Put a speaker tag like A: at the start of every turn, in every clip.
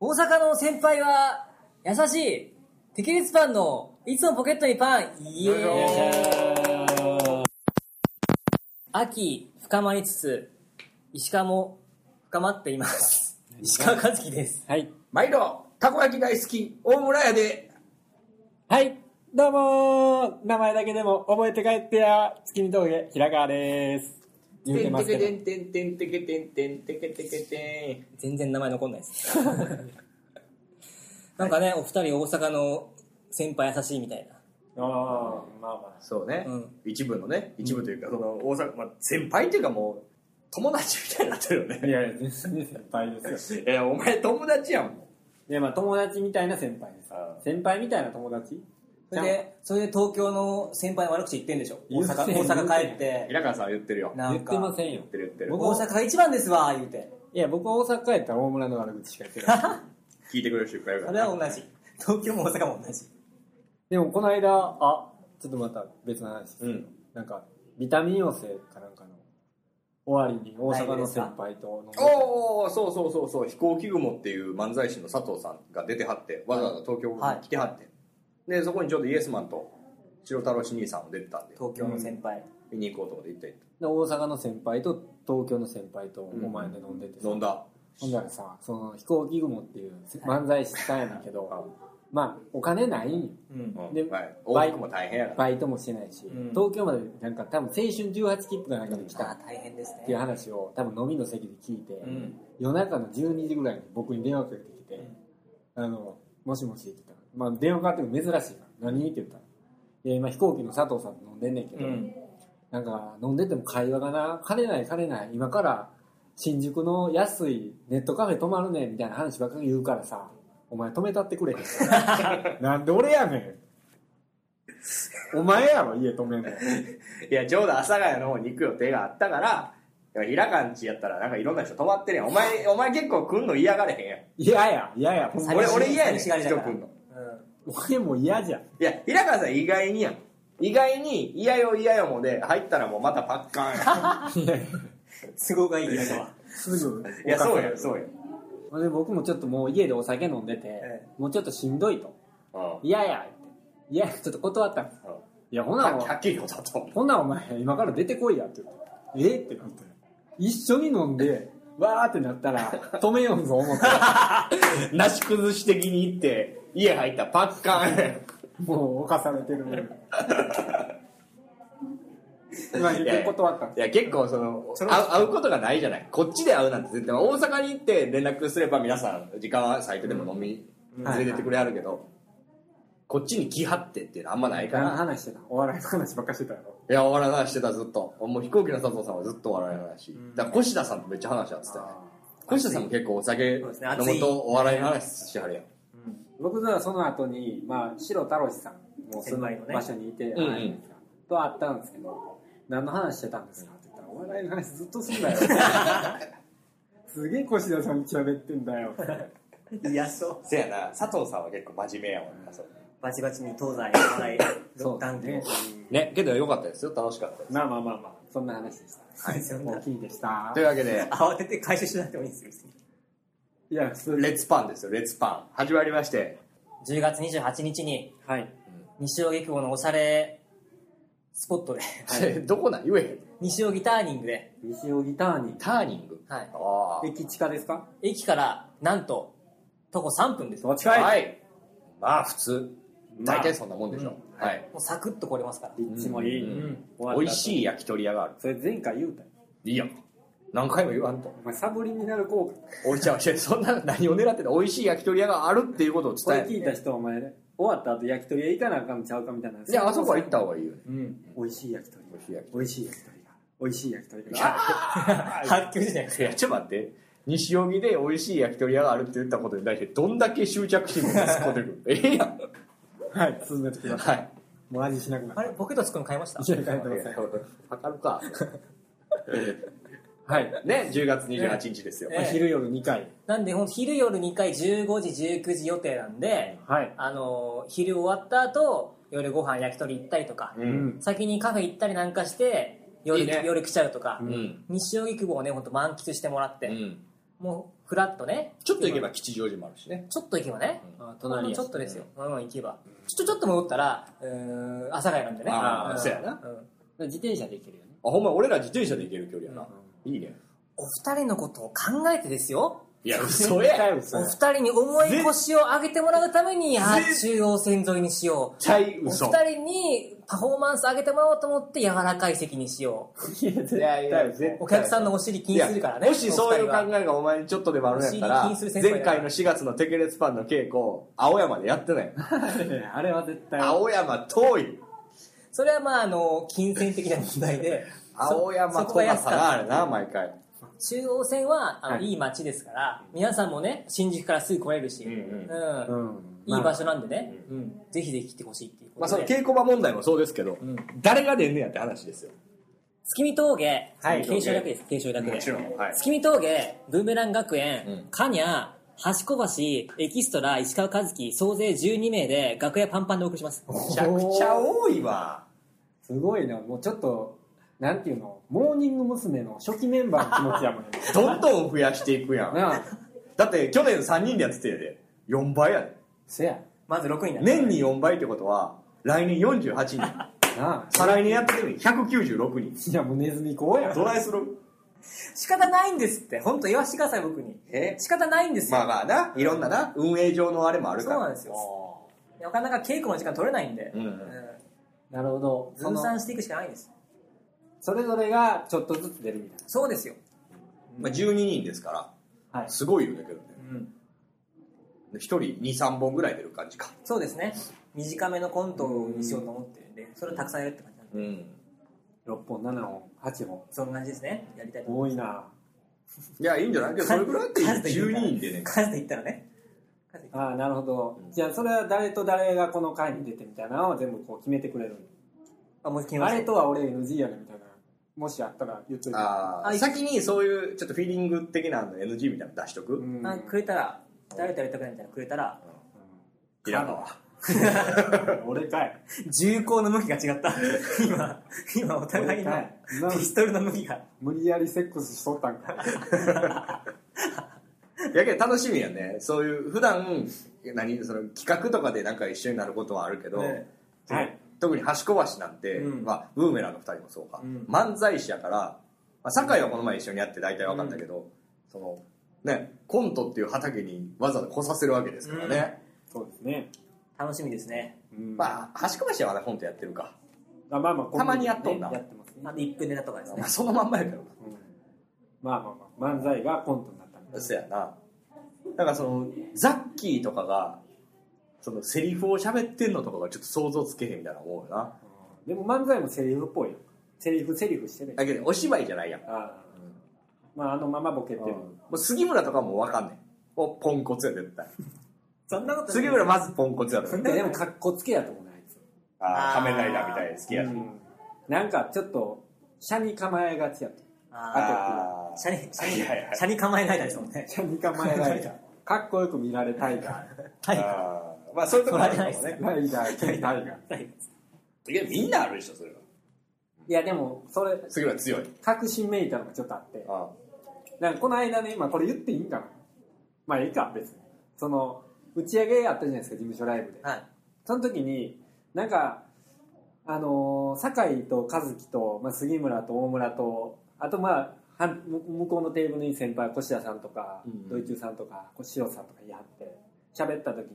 A: 大阪の先輩は優しい適列パンのいつもポケットにパンイエーイ秋深まりつつ石川も深まってい ます石川和樹です
B: はい。
C: 毎度、たこ焼き大好き、大村屋で、
B: はい。どうもー名前だけでも覚えて帰ってや月見峠、平川です。言う
C: て
B: て
C: ん
B: ま
C: て
B: すけ
C: け
B: ど
C: て。んてんてんてけてんてんてけてけて
A: 全然名前残んないです なんかねお二人大阪の先輩優しいみたいな
B: あーまあま
C: ん。そうね、
A: うん
C: 一部のね、一部というか、その大阪、まあ、先輩というかもう、友達みたいになってるよ
B: あ。い
C: ね。
B: やいや、全然先輩ですよ。
C: いや、お前友達やもん。
B: いや、まあ友達みたいな先輩です
C: あ。ー
B: 先輩みたいな友達
A: それでそれで東京の先輩の悪口言ってんでしょ
B: 言
A: 大
B: って
A: 阪
B: ん
A: 大阪帰って
C: 平川さんは言ってるよ。言
A: な
B: 言
A: ん
B: ってま
A: か
B: せんよ
C: っ。てる言ってる。
B: 僕
A: 大阪が一番ですわ言うて
B: いや、僕は大阪やったら大村の悪口しか言って ない。
C: 聞いてくれる人いっぱいいるか
A: そ
C: ら。
A: れは同じ東京も大阪も同じ
B: でもこの間、あ、ちょっとまた別の話ですけど、
C: うん
B: なんか、ビタミン養成かなんかの終わりに大阪の先輩と飲んで
C: おーおーそうそうそうそう飛行機雲っていう漫才師の佐藤さんが出てはってわざわざ東京に来てはって、でそこにちょうどイエスマンと白太郎し兄さんも出てたんで
A: 東京の先輩
C: 見に行こうと思って行った行っ
B: で大阪の先輩と東京の先輩と
C: うん
B: お前で飲んでて
C: た飲んだ
B: ほんだらさその飛行機雲っていう漫才師さんやねんけど、まあお金ないんよ
A: うん
C: うん
B: で
C: はい、
B: バ
C: 往
B: イ
C: 復も大変やから
B: バイトもしてないし、
A: ん
B: 東京までなんか多分青春18切符かなんかで来た
A: あ
B: っ
A: ー大変です
B: てい
A: ね
B: う話を多分飲みの席で聞いて、
A: ん
B: 夜中の12時ぐらいに僕に電話かけてきて「あのもしもし」って言ったら、まあ、電話かかってくるの珍しいから「何?」って言ったら「いや今飛行機の佐藤さんと飲んでんねんけど、
A: うん
B: なんか飲んでても会話がな金ない金ない今から新宿の安いネットカフェ泊まるねんみたいな話ばっかり言うからさお前止めたってくれへん なんで俺やねんお前やろ家止めんの
C: いやちょうど阿佐ヶ谷の方に行く予定があったから平川んちやったらなんかいろんな人泊まってるやんお前お前結構来んの嫌がれへんやん
B: 嫌や嫌やほんま
C: 俺俺嫌やねん
A: 寂しがりだから
C: 人来んの
B: 俺も嫌じゃん
C: いや平川さん意外にやん意外に嫌よ嫌よもで入ったらもうまたパッカーンやん
A: 都合が いいですわ
B: すぐ
C: いや、そうや、そうや。
B: で僕もちょっともう家でお酒飲んでて、
A: え
B: もうちょっとしんどいと
C: う
B: 嫌やっていやちょっと断ったんです
C: ん。
B: いやほな
C: は
B: もう
C: はっきり言うたと。
B: ほなお前今から出てこいやって言ってえってなって一緒に飲んでわーってな ったら止めようぞ思って
C: なし崩し的に行って、家入ったらパッカー
B: もう犯されて る今言っ
C: いやい
B: て
C: や
B: 断ったん
C: ン。い
B: で
C: や、結構その、会う会うことがないじゃない。こっちで会うなんて絶対、大阪に行って連絡すれば皆さん、時間はサイトでも飲み、
B: ん
C: 連れてってくれはるけど、こっちに来はってっていうのあんまない
B: す
C: か
B: よ
C: ら。
B: 話してたお笑いの話ばっかりしてたやろ
C: いや、笑い話してた、ずっと。もう飛行機の佐藤さんはずっと笑い話。だから、越田さんとめっちゃ話し合ってたよね。越田さんも結構お酒飲
A: そう
C: む
A: ですね熱い
C: とお笑いの話しはるやん。
B: 僕はその後に、まあ、白太郎さんもそ
A: 先
B: の
A: 輩のね
B: 場所にいて、
C: うんうん
B: はいと会ったんですけど何の話してたんですかって言ったらお笑いの話ずっとすん だよすげえ越田さん喋ってんだよ
A: いやそう
C: せやな、佐藤さんは結構真面目やもんな、そう。
A: バチバチに東西笑い
B: そう
A: ダンク
B: ね
C: ね、けど良かったですよ、楽しかったです。
B: まあまあまあまあそんな話でした
A: はいそんな
B: 大きいでした
C: というわけで、
A: 慌てて回収しなくてもいいですよ別に
B: いやそ
C: レッツパンですよ、レッツパン。始まりまして、
A: 10月28日に
B: はい
A: 西荻窪のおしゃれスポットで
C: どこなん言えへん。
A: 西荻ターニングで
B: 西尾ギターに
C: ターニング。
A: はい
C: あ
B: 駅地下ですか
A: 駅からなんと徒歩3分ですよ
B: お
C: あ。
B: 近い、
C: はい。まあ、普通。
B: まあ
C: 大体そんなもんでしょ。はい。
A: もうサクッと来れますから
B: 立地もいい、
C: うん
B: 終わった後
C: 美味しい焼き鳥屋がある。
B: それ前回言うたよ
C: いいやん。何回も言わんと。
B: お前サブリミナル効果
C: 俺ちゃうし、そんな何を狙ってんの美味しい焼き鳥屋があるっていうことを
B: これ
C: 伝え
B: 聞いた人はお前終わった後焼き鳥屋行かなあかんちゃうかみたいな
C: じゃあ、あそこは行った方がいいよね。
A: うん
B: 美味しい焼き鳥
C: 美味しい焼き
B: 美味しい焼き鳥が美味しい焼き鳥
C: 鳥
B: が
A: 発狂じゃなく
C: いや、ちょっと待って。西荻で美味しい焼き鳥屋があるって言ったことに対して、どんだけ執着心を突っ込んでくるええやん。
B: はい進めて くださ
C: はい。
B: いもう味しなくな
A: あ
B: っ
A: れポケットつくの買いました
B: た一緒に帰ってください
C: るか。
B: はい、
C: ね、10月28日ですよ。
A: ええ
B: 昼夜2回
A: なんでほんと昼夜2回15時19時予定なんで、
B: はい
A: あのー昼終わった後夜ご飯焼き鳥行ったりとか、
C: う。
B: うんん
A: 先にカフェ行ったりなんかして夜
C: いいね
A: 夜来ちゃうとか、
C: うん。
A: 西荻窪をねほんと満喫してもらって、
C: うん。
A: もうふらっとね
C: ちょっと行けば吉祥寺もあるしね
A: ちょっと行けばね、
B: あ
A: ほんの
B: や
A: ちょっとですよ、うん行けばちょっとちょっと戻ったらうーん阿佐ヶ谷なんでね
C: あー
A: ん
C: そうやな
A: うん
B: 自転車で行けるよね
C: あほんま俺ら自転車で行ける距離やな、いいね
A: お二人のことを考えてですよ
C: い や嘘や
B: 絶
A: お二
B: 対
A: 人に重い腰を上げてもらうためにあー中央線沿いにしよ
C: 絶対
A: うお
C: 嘘
A: 二人にパフォーマンス上げてもらおうと思って柔らかい席にしよ
B: 嘘
C: いやいや絶対
A: うお客さんのお尻気にするからね
C: いやもしそうい
A: お
C: う考
A: 二人は
C: えがお前にちょっとでもあるんやったら
A: お尻気にする先輩だ
C: 前
A: から
C: 回の4月のテケレツパンの稽古を青山でやってない
B: あれは絶対
C: 青山遠い
A: それはまああの金銭的な問題で
C: 青山
A: そこが
C: とか
A: 安か
C: さ
A: っ
C: な
A: た
C: あれな毎回
A: 中央線はあの、
B: はい
A: い、い街ですから皆さんもね新宿からすぐ来れるし、
C: うん
A: うん
B: うん
A: いい場所なんでね、うんぜひぜひ来てほしいっていう
C: ま
A: こ
C: あそ
A: と
C: の
A: で、
C: 稽古場問題もそうですけど、
A: ん
C: 誰が出んねやって話ですよ
A: 月見峠、
C: はい
A: 継承略です継承略で
C: んはい
A: 月見峠ブーメラン学園、
C: うん
A: カニャ端子橋エキストラ石川和樹総勢12名で楽屋パンパンでお送りします
C: めちゃくちゃ多いわ
B: すごいなもうちょっとなんていうのモーニング娘。の初期メンバーの気持ちやもんね
C: どんどん増やしていくやん
B: なあ
C: だって去年3人でやってたやで4倍やで
B: せや
A: まず6人だね
C: 年に4倍ってことは来年48人
B: なあ
C: 再来年やってるのに196人
B: いやもうネズミ講や
C: どないする
A: 仕方ないんですって本当言わしてください僕に
C: え
A: 仕方ないんですよ、
C: まあまあないろんなな運営上のあれもある
A: そう
C: から
A: なんですよなかなか稽古の時間取れないんで、
C: うんうん
B: なるほどそ
A: 分
B: の
A: 散していくしかないんです
B: それぞれがちょっとずつ出るみたい
A: そうですよ、
C: まあ、12人ですか
B: なは
C: らすごいよねけどね
A: うん、
C: 1人23本ぐらい出る感じか
A: そうですね短めのコントにしようと思ってるんでそれをたくさんやるって感じなんで
C: うん
B: 6本7本8本
A: そんな感じですねやりたいと思い
B: 多いない
C: やいいんじゃないけどそれぐらいって
A: 数で言う
C: 12
A: からます数
C: 人でね
A: で言ったらね数で言ったら
B: ああなるほど、
C: うん
B: じゃあそれは誰と誰がこの回に出てみたいなのを全部こう決めてくれる
A: あもう一回言いま
B: あ
A: す
B: れとは俺 NG やねみたいなもしあったら言っといて
C: ああ
A: あ
C: 先にそういうちょっとフィーリング的なの NG みたいなの出しとく、
B: うん
A: あくれたら誰とやりたくないみたいなのくれたら
C: 平川
B: 俺かい
A: 銃口の向きが違った今今お互いの
B: 俺か い
A: ピストルの向きが
B: 無理やりセックスしとったんか
C: やけど楽しみやねそういう普段何その企画とかでなんか一緒になることはあるけど、
A: ね
B: はい
C: 特に端っこ橋なんて、
A: うん
C: まあ、ブーメランの2人もそうか、
A: うん
C: 漫才師やから、まあ、酒井はこの前一緒にやって大体分かったけど、そのねコントっていう畑にわざわざ来させるわけですからね、
B: そうですね、
A: 楽しみですね
B: うん
C: まあ端っこ橋はまだコントやってるか、
B: あまあまあ
C: たまにやっとんな
B: コンビでねやってますね
A: あと1分でなとかですね
C: まあ、そのまんまやけどな
B: うんまあまあまあ漫才がコントになったみたいな
C: そやなだからそのザッキーとかがそのセリフを喋ってんのとかがちょっと想像つけへんみたいな思うよな
B: うんでも漫才もセリフっぽいよセリフセリフしてるよ
C: だけどお芝居じゃないやん
B: あーまああのままボケてる
C: もう杉村とかもわかんねんおポンコツや絶 対
A: そんなこと
C: 杉村まずポンコツやろ
B: いやでもかっこつけやと思うなあいつ
C: あー仮面ライダーみたいで好きやし、
B: うんなんかちょっと斜に構えがちや と
A: あ
C: あ
A: あ
C: ー
A: シャニシャニ
C: いやいや
A: シャニ構えないですもんね
B: 斜に構えがちや かっこよく見られたいが
A: はい
C: あーまあそういうところあるかもね
B: ライダー兼タイガー
C: いやみんなあるでしょそれはい
B: やでもそれ
C: 杉村強い
B: 確信めいたのがちょっとあって
C: あ
B: なんかこの間ね、まあ、これ言っていいんかなまあいいか別にその打ち上げあったじゃないですか事務所ライブで
A: はい
B: その時になんかあのー酒井と和樹と、まあ、杉村と大村とあとまあはんむ向こうのテーブルに先輩越田さんとか、
C: うん
B: ドイツさんとかこう塩さんとか言い張って喋った時に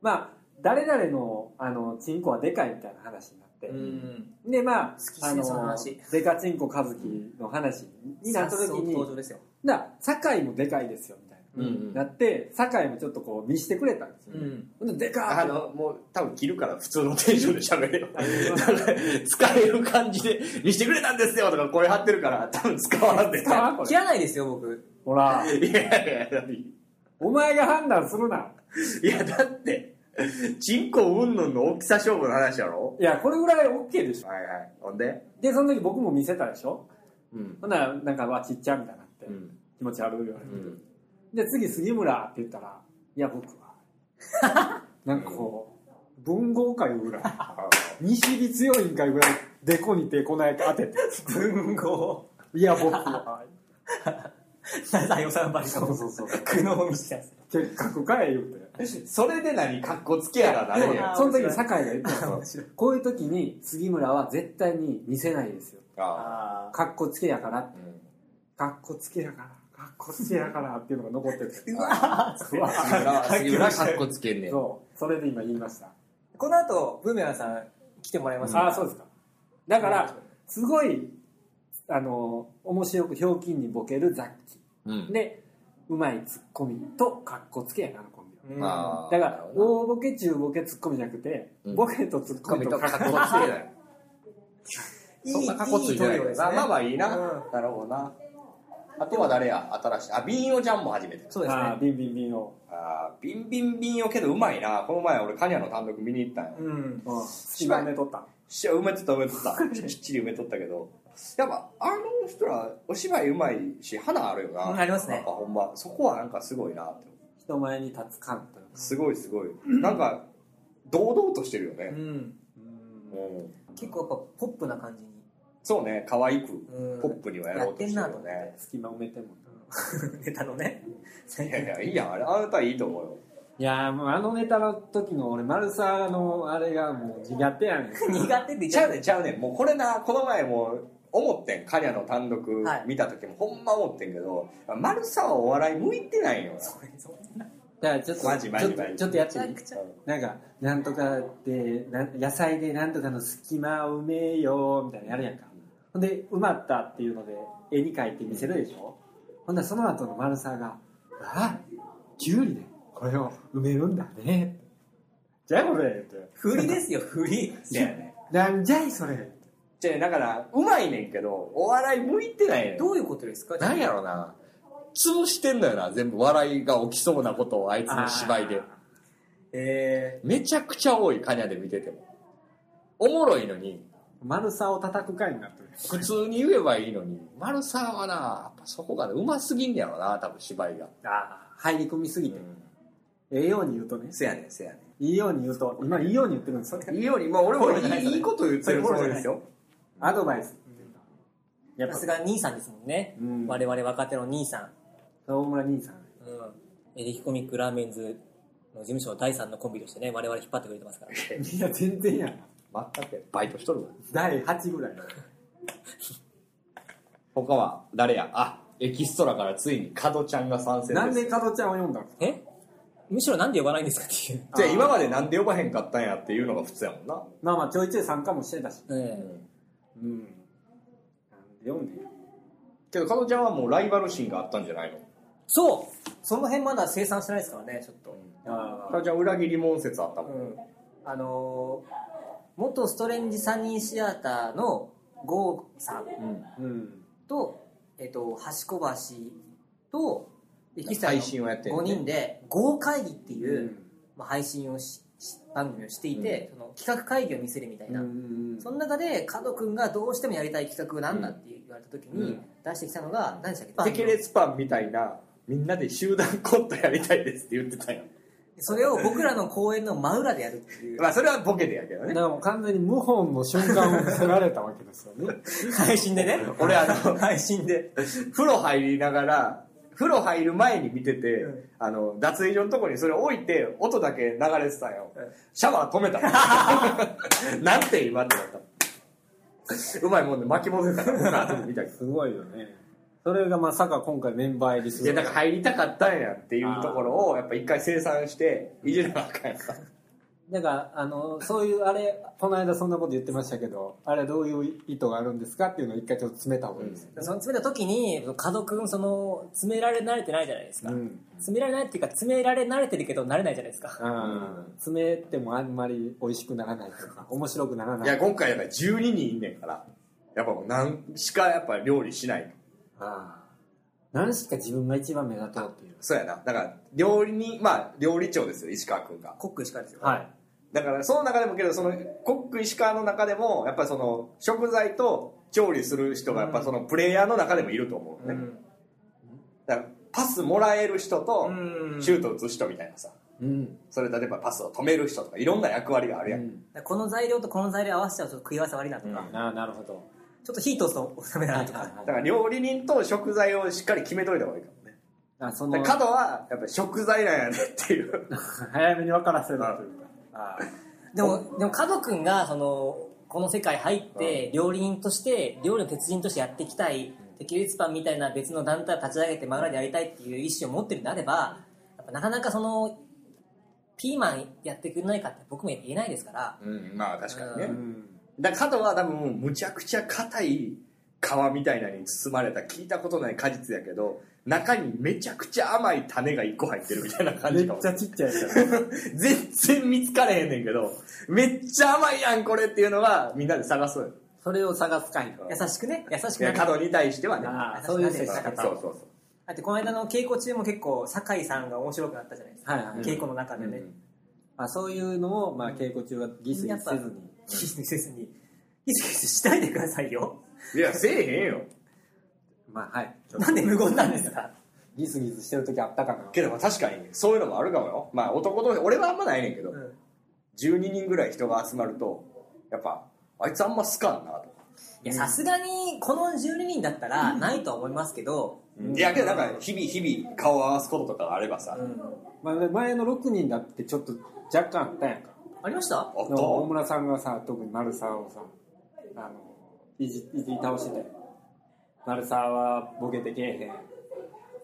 B: まあ誰々のあのチンコはでかいみたいな話になって、
A: うん
B: でまあ
A: きそう
B: あの
A: その話
B: デカチンコ和樹の話になった時
A: 早速
B: に
A: 登場ですよ
B: な酒井もでかいですよみ
C: うん
B: たいな、
C: うん
B: なって酒井もちょっとこう見してくれたんですよ、
A: うん
B: ほんででかー
C: あ
B: って
C: のもう多分切るから普通のテンションで喋れよ
B: あの
C: 疲れる感じで見してくれたんですよとか声張ってるから多分使わんで
B: 使わんこ
A: 切
B: れ
A: らないですよ僕
B: ほら
C: いやいやいや
B: お前が判断するない
C: やだって人口云々の大きさ勝負の話やろ
B: いやこれぐらい OK でしょ
C: はいはいほんで
B: でその時僕も見せたでしょ
C: うん
B: ほんならなんかわちっちゃみたいになって、
C: うん
B: 気持ち悪い言われて、
C: うん
B: で次杉村って言ったらいや僕は なんかこう文豪かいうぐらい西日強いんかいうぐらい でこに手こないか当てて
A: 文豪
B: いや僕は
A: なさよさんばりか
B: そ
A: も
B: う そうそう
A: 苦悩を見せたんです
B: 結核かえ言うて
C: それで何かっこつけやらなれへん
A: あー
B: その時に酒井が言った
A: 面
B: んです
A: 白
B: よ
A: い
B: こういう時に杉村は絶対に見せないですよ
C: あ
A: あ
B: かっこつけやから
C: ー
B: かっこつけやからかっこつけやからっていうのが残ってる
C: うんあ
B: うわ
C: 杉村は杉村はかっこつけんねん
B: そうそれで今言いました
A: ーこの後ブーメランさん来てもらいます
B: ああそうですかだからすごいあの面白くひょうきんにボケる雑
C: うん
B: 記でうまいツッコミとかっこつけやからのコンビ
A: うん
C: あー
B: だから
C: なるほど
B: 大ボケ中ボケツッコミじゃなくて、
C: うん
B: ボケとツッコミとか
C: かっこつけない
A: いい
C: そんなかっこつ いてない
A: いいトリオですね
C: まあまあまあいいな、
A: う
C: なるほどなあとは誰や新しいあビンヨちゃんも初めて
A: そうです
B: あ
A: ね
B: ービンビンビンを、
C: あービンビンビンヨけどうまいなこの前俺カニャの単独見に行ったんよ
A: うん
B: うん、隙間埋めとった
C: し埋めとった埋めとったきっちり埋めとったけどやっぱあの人らお芝居うまいし花あるよな、
A: うんありますね
C: なんかほんまそこはなんかすごいなって
B: 人前に立つ感というか
C: すごいすごいなんか堂々としてるよ
A: う
C: ね、
A: ん
B: うん
C: うん、
A: 結構やっぱポップな感じに
C: そうね可愛く
A: うん
C: ポップにはやろうとしてるよ
A: やっ
C: ね
B: 隙間埋めても
A: うん ネタのね
C: いやいやいいやんあれあなたいいと思うよ
B: いやーもうあのネタの時の俺丸さのあれがもう苦手や ね ん
A: 苦手で
C: ちゃうねんちゃうねんもうこれなこの前も思ってんカニャの単独
A: はい
C: 見た時もほんま思ってんけど、丸さはお笑い向いてないよな
B: だからちょっと
C: マジマジマジ
B: ちょっとちょっとやって
A: め
B: み
A: ちゃくちゃ
B: なんかなんとかでな野菜でなんとかの隙間を埋めようみたいなのやるやんかほんで埋まったっていうので絵に描いて見せるでしょほんならその後の丸さが「あキュウリでこれを埋めるんだね」じゃあこれって
A: 振りですよ振り
C: そうやね
B: なんじゃいそれ
C: じゃあだからうまいねんけどお笑い向いてないねん
A: どういうことですか
C: なんやろな潰してんのよな全部笑いが起きそうなことをあいつの芝居で
A: え
C: めちゃくちゃ多いカニャで見ててもおもろいのに
B: 丸さを叩く回になってる
C: 普通に言えばいいのに丸さんはなやっぱそこがねうますぎんねやろな多分芝居が、
B: ああ入り込みすぎて、ええように言うとね
C: せやねんせやね
B: いいように言うと今いいように言ってるんですよ
C: いいようにまあ俺も
A: フォローじゃない
C: いいいいこと言ってる
A: それフォロー
C: ですよ
B: アドバイスっていうかや
A: ー
B: っ
A: さ
B: ぱ
A: すが兄さんですもんね
B: うん
A: 我々若手の兄さん
B: 大村兄さん
A: うんエレキコミックラーメンズの事務所の第3のコンビとしてね我々引っ張ってくれてます から
B: いや全然やん
C: 全くバイトしとるわ
B: 第8ぐらい
C: 他は誰やあエキストラからついに角ちゃんが参戦です
B: なんで加トちゃんを読んだんですか
A: えむしろなんで呼ばないんですかっていう
C: じゃあ今までなんで呼ばへんかったんやっていうのが普通やもんな
B: まあまあちょいちょい参加もしてたし
A: え
B: うんなんで読んでんや
C: けど加藤ちゃんはもうライバル心があったんじゃないの
A: えそうその辺まだ生産してないですからねちょっと
B: あ
C: 加藤ちゃん裏切り問説あったもん、
A: うんあのー元ストレンジサニーシアターの郷さん
B: ーうん
A: と、えっと、橋小橋と、エキストラの
C: 配信をやってん
A: 5
C: のね
A: 人で、合会議っていうう、
B: ん
A: まあ、配信をし、し番組をしていて、その企画会議を見せるみたいな。
B: うん
A: その中で、角くんがどうしてもやりたい企画なんだって言われた時
C: う
A: に
C: ん、
A: 出してきたのが、何でしたっけ
C: テケレツパンみたいなみんなで集団コントやりたいですって言ってたんや
A: それを僕らの公演の真裏でやるって いう。
C: まあそれはボケでやけど
B: だ
C: ね
B: からもう完全に謀反の瞬間を見せられたわけですよね
A: 配信でね。
C: 俺あの配信で風呂入りながら風呂入る前に見てて、
A: うん
C: あの脱衣所のとこにそれ置いて音だけ流れてたんよ、
A: うん
C: シャワー止 めたなんて今ってなったうまいもんで巻き戻せたから僕ら後で見たけど
B: すごいよねそれがまさか今回メンバー入りす
C: いや
B: る
C: だから入りたかったんやっていうところをやっぱ一回清算していじらなあかんやんか
B: だからあのそういうあれこの間そんなこと言ってましたけどあれはどういう意図があるんですかっていうのを一回ちょっと詰めた方がいいですよ、
A: その詰めた時に、角くん、その、詰められ慣れてないじゃないですか。
B: うん
A: 詰められないっていうか、詰められ慣れてるけど、慣れないじゃないですか。
B: うん詰めてもあんまり美味しくならないとか面白くなら
C: い
B: ない
C: や今回だから12人いんねんからやっぱもう何しかやっぱ料理しない
B: ああ何しか自分が一番目立とうっていう
C: そうやなだから料理にまあ料理長ですよ石川君が
A: コックしかですよ。
B: はい
C: だからその中でもけどそのコック石川の中でもやっぱりその食材と調理する人がやっぱそのプレイヤーの中でもいると思う
A: う
C: ね、
A: ん。
C: だからパスもらえる人と
A: うん
C: シュート打つ人みたいなさ
B: うん、
C: それ例えばパスを止める人とかいろんな役割がある
B: う
C: やん、
B: ん、
A: この材料とこの材料合わせちゃうと食い合わせ悪いなとか、
C: うん
B: ああなるほど
A: ちょっと火通すとダメだなとか。
C: だから料理人と食材をしっかり決めといた方がいいかもね
B: あそ
C: だ
B: の
C: から角はやっぱり食材なんやねっていう
B: 早めに分からせるというかあ
A: でも、でも、角くんが、その、この世界入って、料理人として、料理の鉄人としてやっていきたい、適列パンみたいな別の団体を立ち上げて、漫画でやりたいっていう意思を持ってるんであれば、やっぱなかなかその、ピーマンやってくれないかって僕も言えないですから、
C: うんまあ確かに
B: ーう
C: ね
B: ん
C: だから角は多分むちゃくちゃ硬い皮みたいなのに包まれた聞いたことない果実やけど中にめちゃくちゃ甘い種が1個入ってるみたいな感
B: め
C: じか
B: っ
C: も
B: ちゃちっちゃいやつやな
C: 全然見つかれへんねんけどめっちゃ甘いやんこれっていうのはみんなで探す
B: それを探す会
A: 優しくね、優し
C: い
A: く
C: や
A: ね。だ
C: 角に対してはね
B: ああそういう接し
C: そう
B: 方
C: そうそう
A: ってこの間の稽古中も結構、酒井さんが面白くなったじゃないですか。
B: はいはい
A: 稽古の中で
C: う
A: ね、
C: ん
B: あそういうのを、まあ、稽古中はギスギスせずに
A: ギスギスせずに、ギスギスしないでくださいよ。
C: いやせえへんよ
B: まあはい
A: なんで無言なんですか
B: ギスギスしてる時あったかな
C: けどまあ確かにそういうのもあるかもよまあ男同士俺はあんまないねんけど、
A: うん
C: 12人ぐらい人が集まるとやっぱあいつあんま好かんなと、
A: いや、さすがに、この12人だったら、ないとは思いますけど、
C: いやけどなんか日々日々顔を合わすこととかがあればさ、
A: うん
B: まあ、前の6人だってちょっと若干あったやんか
A: ありました
C: おっ
B: でも大
C: と
B: 村さんがさ特に丸沢をさあのいじいじり倒してたよ丸沢はボケてけえへん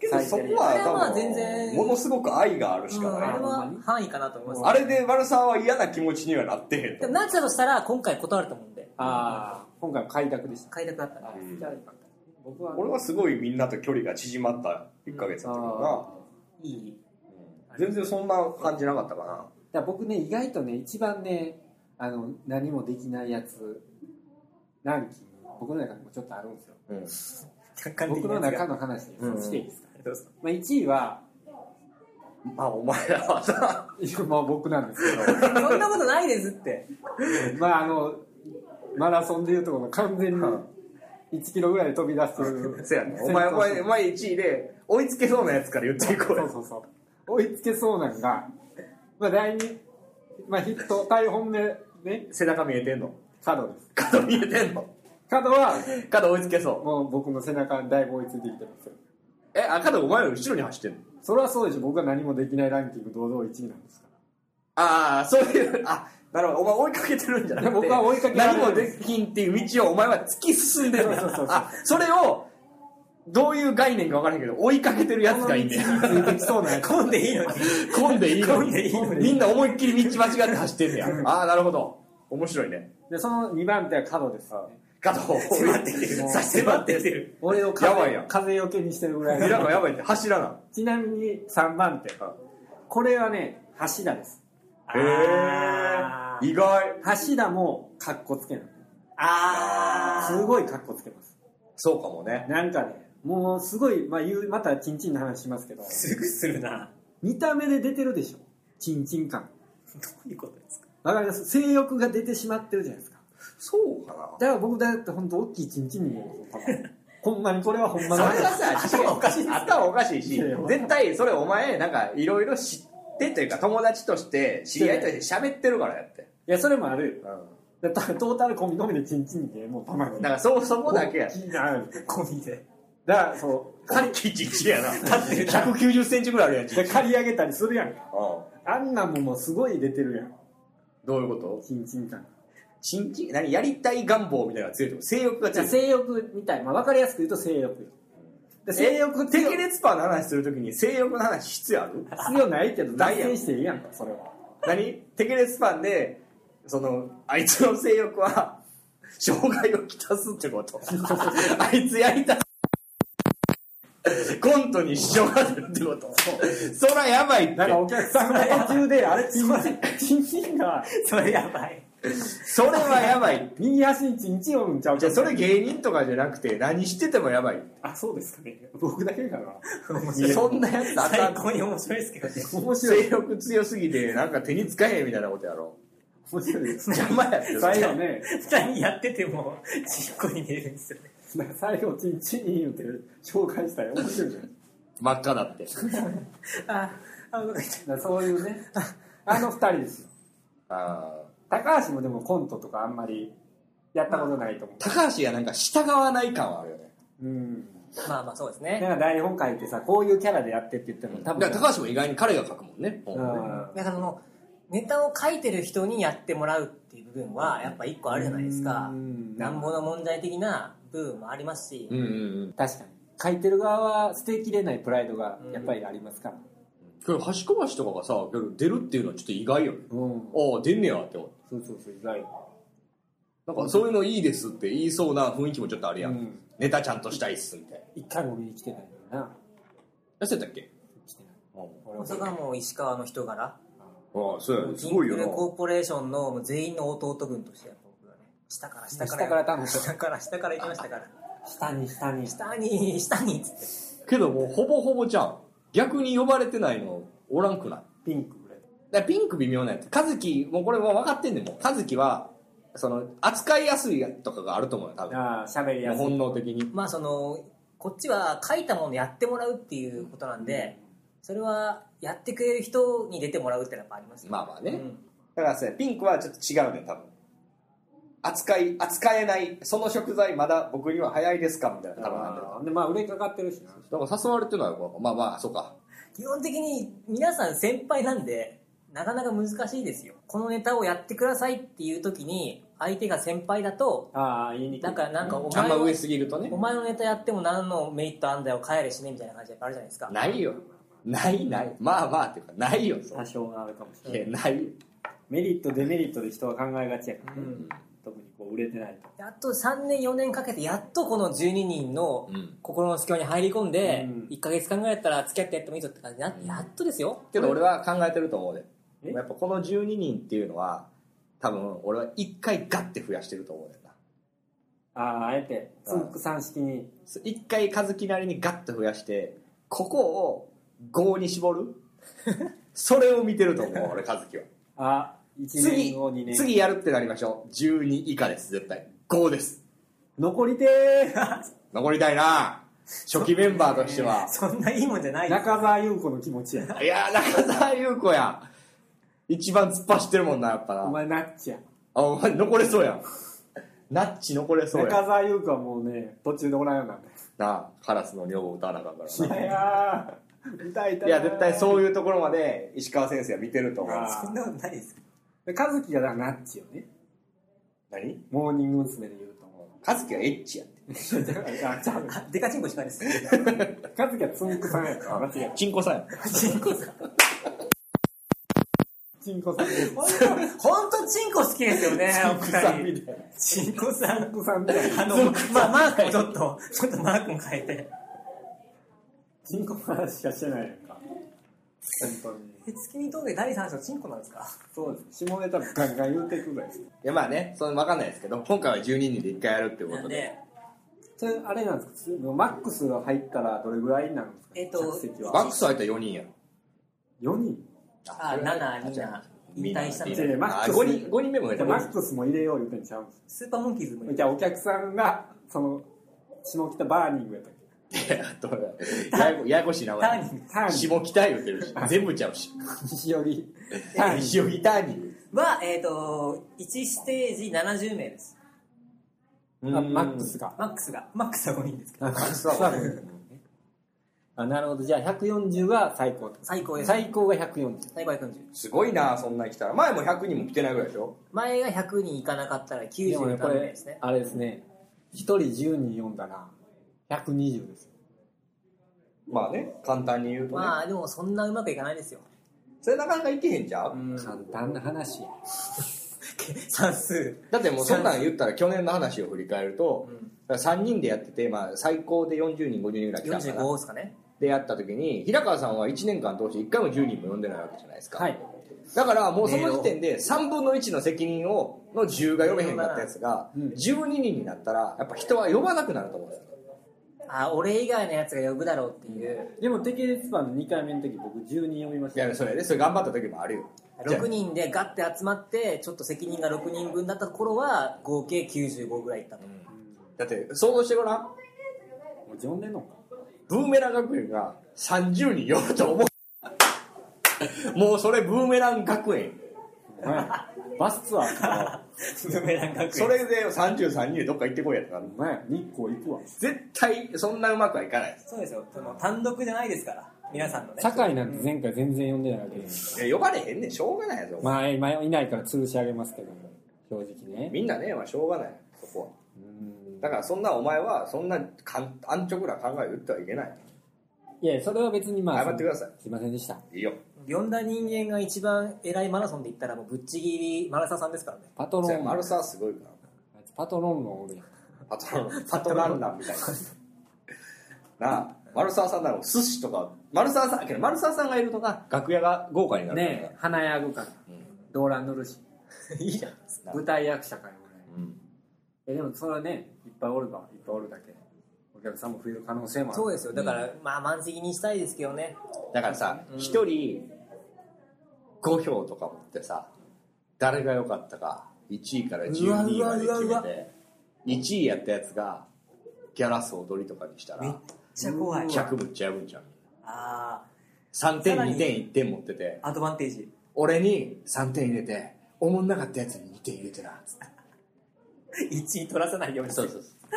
C: けどそこは
A: あれはまあ
C: 多
A: 全然
C: 分ものすごく愛があるしか
A: うんあ
C: な
A: れ
C: い、
A: は範囲かなと思います。
C: あれで悪さんは嫌な気持ちにはなってへん
A: で
C: と
A: も、なっちゃうとしたら、今回断ると思うんで、
B: ああ今回は開拓でした
A: 快諾だったら。
C: うん
B: じゃあよかった僕は
C: 俺はすごいみんなと距離が縮まった1ヶ月だったか
A: いい。
C: ら全然そんな感じなかったかな
B: だから僕ね意外とね一番ねあの何もできないやつランキング僕の中にもちょっとあるんですよ
C: うん
B: 僕の中の話で
C: うん
B: していいですか、
C: どうぞ
B: まあ、1位は
C: まあお前らはさ
B: いやまあ僕なんです
A: そんなことないですって。
B: けどまああのマラソンでいうとこの完全に1キロぐらいで飛 び出す
C: せやねお前お前お前1位で追いつけそうなやつから言っていこう
B: そう
C: よ
B: そうそう追いつけそうなんが、まあ、第2、まあ、ヒット大本命ね
C: 背中見えてんの
B: 角です
C: 角見えてんの
B: 角は
C: 角追いつけそう
B: もう僕の背中にだいぶ追いついてきてますよ
C: えあ角お前より後ろに走ってんの
B: それはそうでしょ僕は何もできないランキング堂々1位なんですか
C: ああそういうあなるほどお前追いかけてるんじゃなくて
B: いや僕は追いかけられる
C: 何もできんっていう道をお前は突き進んでる
B: そうそうそうそう
C: あそれをどういう概念か分からへんけど追いかけてるやつがいいね
B: らついてきそうなやつ
A: 混んでいいのに。
C: 混んでいいの
A: 混んでいいの
C: にみんな思いっきり道間違って走ってんねや ああなるほど面白いね
B: でその2番手は角です、ね、
C: 角を 迫ってきてる迫ってきてる
B: 俺を
C: やばいやん
B: 風風よけにしてるぐらい
C: やば
B: の
C: いやばいって走らな
B: ちなみに3番手これはね橋田です
A: へ
C: へえ意外
B: 橋田もかっこつけない
A: あ
B: すごいかっこつけます
C: そうかもね
B: なんかねもうすごい、まあ、言うまたチンチンの話しますけど
A: すぐするな。
B: 見た目で出てるでしょチンチン感
A: どういうことですか
B: わかります性欲が出てしまってるじゃないですか
C: そうかな
B: だから僕だって本当大きいチンチンに見えるんですよ多分 ほんまにこれはほんま
C: それ
B: の
C: は さ、頭おかしい。頭おかしい
B: い
C: し
B: やいや、
C: 絶対それお前、なんか、いろいろ知ってというか、友達として、知り合いとして喋ってるからやって。
B: いやそれもあるよ
C: う
B: だからトータル込みのみでチンチンに見えるもうたまに
C: ん。だから、そう、そこだけや
B: 大。きいなみたいな
A: 込みで。
B: だからそう
C: カリキチチやな。だって190センチぐらいあるやん。うん。
B: で刈り上げたりするやんかあんなんももうすごい出てるやん
C: どういうこと
B: チンチン感
C: ちんちん、何やりたい願望みたいなのが強いってこと性欲が
B: じゃ
C: 強
B: あ
C: い。
B: 性欲みたい、まあ、分かりやすく言うと性欲よで性
C: 性
B: 欲
C: 欲、
B: って
C: テケレツパーの話するときに性欲の話必要ある
B: 必要ないけど
C: な
B: 脱
C: いやん
B: 線していいやんかそれは
C: 何テケレスパンでそのあいつの性欲は 障害をきたすって ことあいつやりたいコントに支障が出るってことそらやばいって
B: なんかお客さんが途中であれチンチンチンチンが
A: それやばい。
C: それはやばい
B: 右足にチンチンおるんちゃう
C: じ
B: か
C: ゃあそれ芸人とかじゃなくて何しててもやばい
B: あそうですかね僕だけかな
C: そんなやつあか
A: 最
C: ん
A: 高に面白いですけどね。
B: 面白い
C: 性欲強すぎてなんか手につかへんみたいなことやろ
B: 面白いです
C: 邪魔やって
B: 最後ね
A: 二人やってても、ちっこに見えるんですよね。
B: 最後チンチン言うて紹介したら面白いじゃん
C: 真っ赤だって
A: あ、あ、お腹痛い
B: だからそういうねあの二人ですよ
C: あ
B: 高橋もでもコントとかあんまりやったことないと思
C: 高橋がなんか従わない感はあるよね。
B: う。うん。
A: まあまあそうです
B: だ
A: ね
B: から台本書いてさ、こういうキャラでやってって言っても多
C: だ
B: 分。
C: から高橋も意外に彼が書くもんね。本をね
B: う
A: だからそのネタを書いてる人にやってもらうっていう部分はやっぱ一個あるじゃないですか
B: うん
A: なんぼの問題的な部分もありますし、
C: うんうんうん。
B: ん。確かに。書いてる側は捨てきれないプライドがやっぱりありますから。
C: けど、端小橋とかがさ、けど出るっていうのはちょっと意外よね。
B: うん。
C: ああ、出んねやって思って。
B: そうそうそう、意外。
C: なんかそういうのいいですって言いそうな雰囲気もちょっとあるやん。
B: うん
C: ネタちゃんとしたいっすみたいな。
B: 一回も見に来てないのにな。
C: 痩せたっけ
B: 来てない。
C: あ
B: 俺
A: 大
B: は
A: 阪も石川の人柄
C: あ、そうやね。す
A: キン
C: ご
A: グ
C: いよな。
A: ルコーポレーションの全員の弟分としてやっぱ僕がね下から下から
B: 下から頼 む
A: 下から下から行きましたから
B: 下に下に。
A: 下に下にっつって
C: けどもうほぼほぼじゃん逆に呼ばれてないのおらんくないだか
B: ピンクぐらい。
C: らピンク微妙なやつ和樹もうこれも分かってんねんもう和樹はその扱いやすいとかがあると思うよ多分
B: ああ、喋りやすい。
C: 本能的に
A: まあそのこっちは書いたものやってもらうっていうことなんで、それはやってくれる人に出てもらうってのはやっぱありますよ
C: まあまあね、
A: うん
C: だからさピンクはちょっと違うねん多分扱い扱えないその食材まだ僕には早いですかみたいな多分なんだよ
B: あーで、まあ、売れかかってるしな。
C: だから誘われてないのまあまあそうか
A: 基本的に皆さん先輩なんでなかなか難しいですよこのネタをやってくださいっていう時に相手が先輩だと
B: ああ、言いにくい。
A: なんかなんかお
C: あん
A: 前
C: ま
A: の、
C: 上すぎるとね
A: お前のネタやっても何のメリットあんだよ帰れ死ねみたいな感じであるじゃないですか
C: ないよないないまあまあっていうかないよそ
B: 多少があるかもしれ
C: う
B: な
C: いや
B: い
C: ないよ
B: メリットデメリットで人は考えがちやからね、
A: うん
B: 特にこう売れてないと
A: やっと3年4年かけてやっとこの12人の
C: うん
A: 心の隙間に入り込んで、
B: うん
A: 1ヶ月間ぐらいやったら付き合ってやってもいいぞって感じになって、やっとですよ
C: けど俺は考えてると思うで
B: え
C: やっぱこの12人っていうのは多分俺は1回ガッて増やしてると思うねんな
B: あああえてつんくさん式に
C: 1回和樹なりにガッと増やしてここを5に絞 るそれを見てると思う俺和樹は
B: あ1
C: 次
B: 年後2年
C: 次やるってなりましょう12以下です絶対5です
B: 残りてー
C: 残りたいな初期メンバーとしては
A: そんないいもんじゃないです
B: 中澤優子の気持ちや
C: いやー中澤優子や一番突っ走ってるもんなやっぱ
B: お
C: な
B: 前なっちゃ
C: あお前残れそうやんナッチ残れそうや
B: 中
C: ん
B: 澤優子はもうね途中でおらんようになっ
C: なあカラスの女房歌わなあかんから
B: たいやー痛い痛
C: ないいや絶対そうういうところまで石川先生は見てると思う
B: あ
A: そんなことないです
B: で和樹がだからなっちよね
C: 何
B: モーニング娘。で言うと思
C: 和樹はエッチやって
B: うあちゃう
A: あデカチンコしかないです
B: 和樹はつんくさんやから間違い
C: チンコさんや
A: チンコさん
B: ちんこさんです
A: 本当チンコ好きですよねお
C: チンコさん
A: 二
C: み
A: 人
C: たいな
A: チンコさ
B: つん
A: ん
B: くさんみたいな
A: あのまあマークもちょっとちょっとマークも変えて
B: ちんこの話しかしてないやんか本当に
A: え月見峠第3章チンコなんですか
B: そうですね下ネタガンガン言うていくぐらいです
C: いやまあねその分かんないですけど今回は12人で1回やるっていうこ
A: なん
C: と
A: で
C: で
B: それあれなんですかマックスが入ったらどれぐらいになるんですか、
A: えっと
B: 客席
C: ワッ
B: は
C: クス入ったら4人やろ
B: 4人
A: あ7にな引退したの
B: いやいやマックス
C: 5人五人目も入れ
B: マ
C: た
B: ックスも入れよう言うてんちゃうんですか
A: スーパーモンキーズもいる
B: じゃあお客さんがその下北バーニングやったっけ
C: いやどうやややこややこしい名
A: ター
C: 前
A: ニング
B: ターニング
C: 下北言うてるし全部ちゃうし
B: 西寄りターニング
C: 西荻ターニング
A: は、えー、と1ステージ70名です
B: あマックスが
A: マックスがマックスは5人ですけど
B: マックスは五人あなるほどじゃあ140が最高
A: 最高です
B: 最高が140
A: 最高は40
C: すごいなそんな来たら前も100人も来てないぐらいでしょ
A: 前が100人いかなかったら
B: でもね
A: 93
B: こ
A: 名
B: れ
A: ですね
B: あれですね1人10人読んだら120です
C: まあね簡単に言うとね
A: まあでもそんなうまくいかないですよ
C: それなかなかいけへんじゃん
B: 簡単な話や
A: 算数
C: だってもうそんなん言ったら去年の話を振り返ると、3人でやってて、まあ、最高で40人50人ぐらい来たから
A: 45ですかね
C: でやった時に平川さんは1年間通して1回も10人も呼んでないわけじゃないですか、
B: はい
C: だからもうその時点で3分の1の責任をの10が呼べへんかったやつが
B: うん
C: 12人になったらやっぱ人は呼ばなくなると思うんですよ
A: あ俺以外のやつが呼ぶだろうっていう
B: でも適列版の2回目の時僕10人読みまし
C: い
B: た
C: やそれでそれ頑張った時もあるよじゃあ
A: 6人でガッて集まってちょっと責任が6人分だった頃は合計95ぐらいいったの
C: だって想像してごらん
B: もう読んでんのか
C: ブーメラン学園が30人呼ぶと思うもうそれブーメラン学園
B: 前バスツアーか。
A: スズメラン学園
C: それで33人でどっか行ってこいやってなる
B: お前、日光行くわ。
C: 絶対そんなうまくはいかないです
A: そうですよその単独じゃないですから皆さんのね
B: 堺なんて前回全然呼んでないわけです。
C: いや呼ばれへんねんしょうがないやぞ、
B: まあ、今いないから潰し上げますけど、正直ね。
C: みんなね、まあ、しょうがないそこは
B: うん
C: だからそんなお前はそんなかん安直な考えを言ってはいけない
B: いや、それは別にまあ、
C: 謝ってくださ
B: すいませんでした。
C: いいいよ
A: 呼んだ人間が一番偉いマラソンで言ったらもうぶっちぎりマラサさんですからね
B: パトロ
C: じゃあ
B: ン、
C: マルサーすごいよな
B: あいつパトロンの俺や。
C: パトロンパトランナーみたい ななあマルサーさんなら寿司とかマルサーさんけどマルサーさんがいるとな楽屋が豪華になるから
B: ねえ、花屋具から、動乱乗るし、
A: いいじゃん
B: 舞台役者から
C: うん
B: 俺。え、でもそれはね、いっぱいおれば、いっぱいおるだけ、お客さんも増える可能性もある。
A: そうですよだから、まあ満席にしたいですけどね
C: だからさ一、人5票とか持ってさ誰が良かったか1位から12位まで
A: うわうわうわ
C: 決
A: う
C: め
A: わ
C: て1位やったやつがギャラス踊りとかにした
A: めっ
C: ら
A: ちゃ怖い
C: 100ぶっちゃうぶんちゃう
A: あ
C: 3点
A: さらに
C: 2点1点持ってて
A: あアドバンテージ
C: 俺に3点入れておもんなかったやつに2点入れてなつって
A: 1位取らせないようにする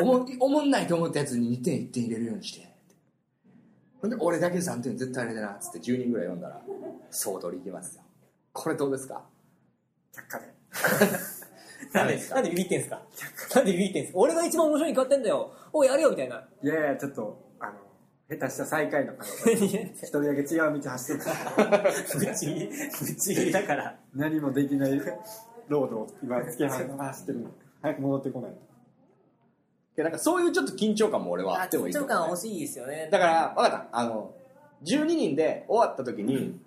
C: おもおもんないと思ったやつに2点1点入れるようにしてほんで俺だけ3点絶対入れてなっつって10人ぐらい読んだら総取りいきますよこれどうですか
A: 却下で
C: な
A: なんん
C: で
A: です
C: か
A: なんでビビってんすかなんでビビってんすか俺が一番面白いに変わってんだよおいやれよみたいない
B: やいや、ちょっと、あの、下手した最下位の可能 性。一人だけ違う道走ってるから、
A: ぶっちぎりぶっちぎりだから
B: 何もできないロードを今、突き走ってるの。早く戻ってこないと。
C: いやなんかそういうちょっと緊張感も俺はあってもいい
A: 緊張
C: と思うね
A: 感は欲しいですよね
C: だから分かったあの12人で終わった時に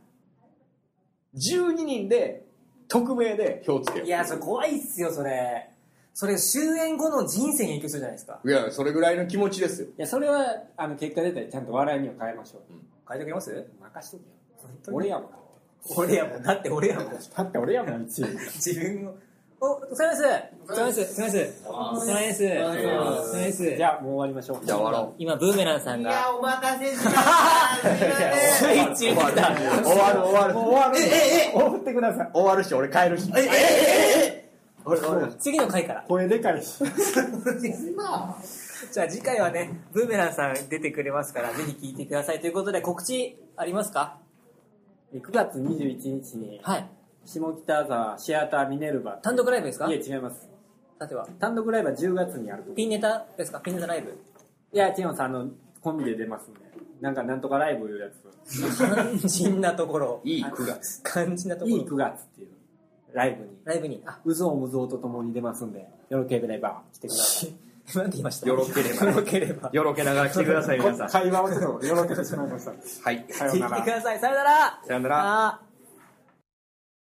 C: 12人で匿名で票つけよ
A: いやそれ怖いっすよそれそれ終演後の人生に影響するじゃないですか
C: ういやそれぐらいの気持ちですよ
B: いや、それは、あの、結果出たらちゃんと笑いには変えましょう。
A: 変えてくれます
B: 任しとけよ。俺やもん。
A: 俺やもんだって俺やもん
B: だって俺やもん、一位。
A: 自分をおお疲れ様ですお疲れ様ですお疲れ様ですお疲れ様ですお疲れ様
B: じ
A: です
B: ゃあ、もう終わりましょう。
C: じゃあ終わろ
A: 今ブーメランさん
D: い
A: が
D: や、お待たせしました。すいません。
A: スイッチ入れた
C: う終わる終わる終わる
D: え、え、
B: お送ってください。
C: 終わるし俺帰るし
D: え、え、え、え、
C: 俺俺
A: 次の回から
B: 声でかいし。
A: じゃあ次回はねブーメランさん出てくれますからぜひ聞いてくださいということで告知ありますか
B: 9月21日に、
A: はい
B: 下北沢シアターミネルバ。
A: 単独ライブですか
B: いや、違います。
A: さては
B: 単独ライブは10月にやると。
A: ピンネタですかピンネタライブ
B: いや、違います。あの、コンビで出ますんで。なんか、なんとかライブいうやつ。
A: 肝心なところ
C: いい9月
A: 肝心なとこ
B: い
A: ろ
B: い9月っていうライブに。
A: ライブにあ
B: うぞうむぞうとともに出ますんで、よろければ来てください。
A: なんて言いました
C: よろければ
A: よろければ
C: よろけながら来て ください皆さん
B: 会話をちょっとよろけてしまいました。
C: はい
B: さよう
A: 聞い
B: なら
A: てく。ださいさよなら
C: さよなら
A: あー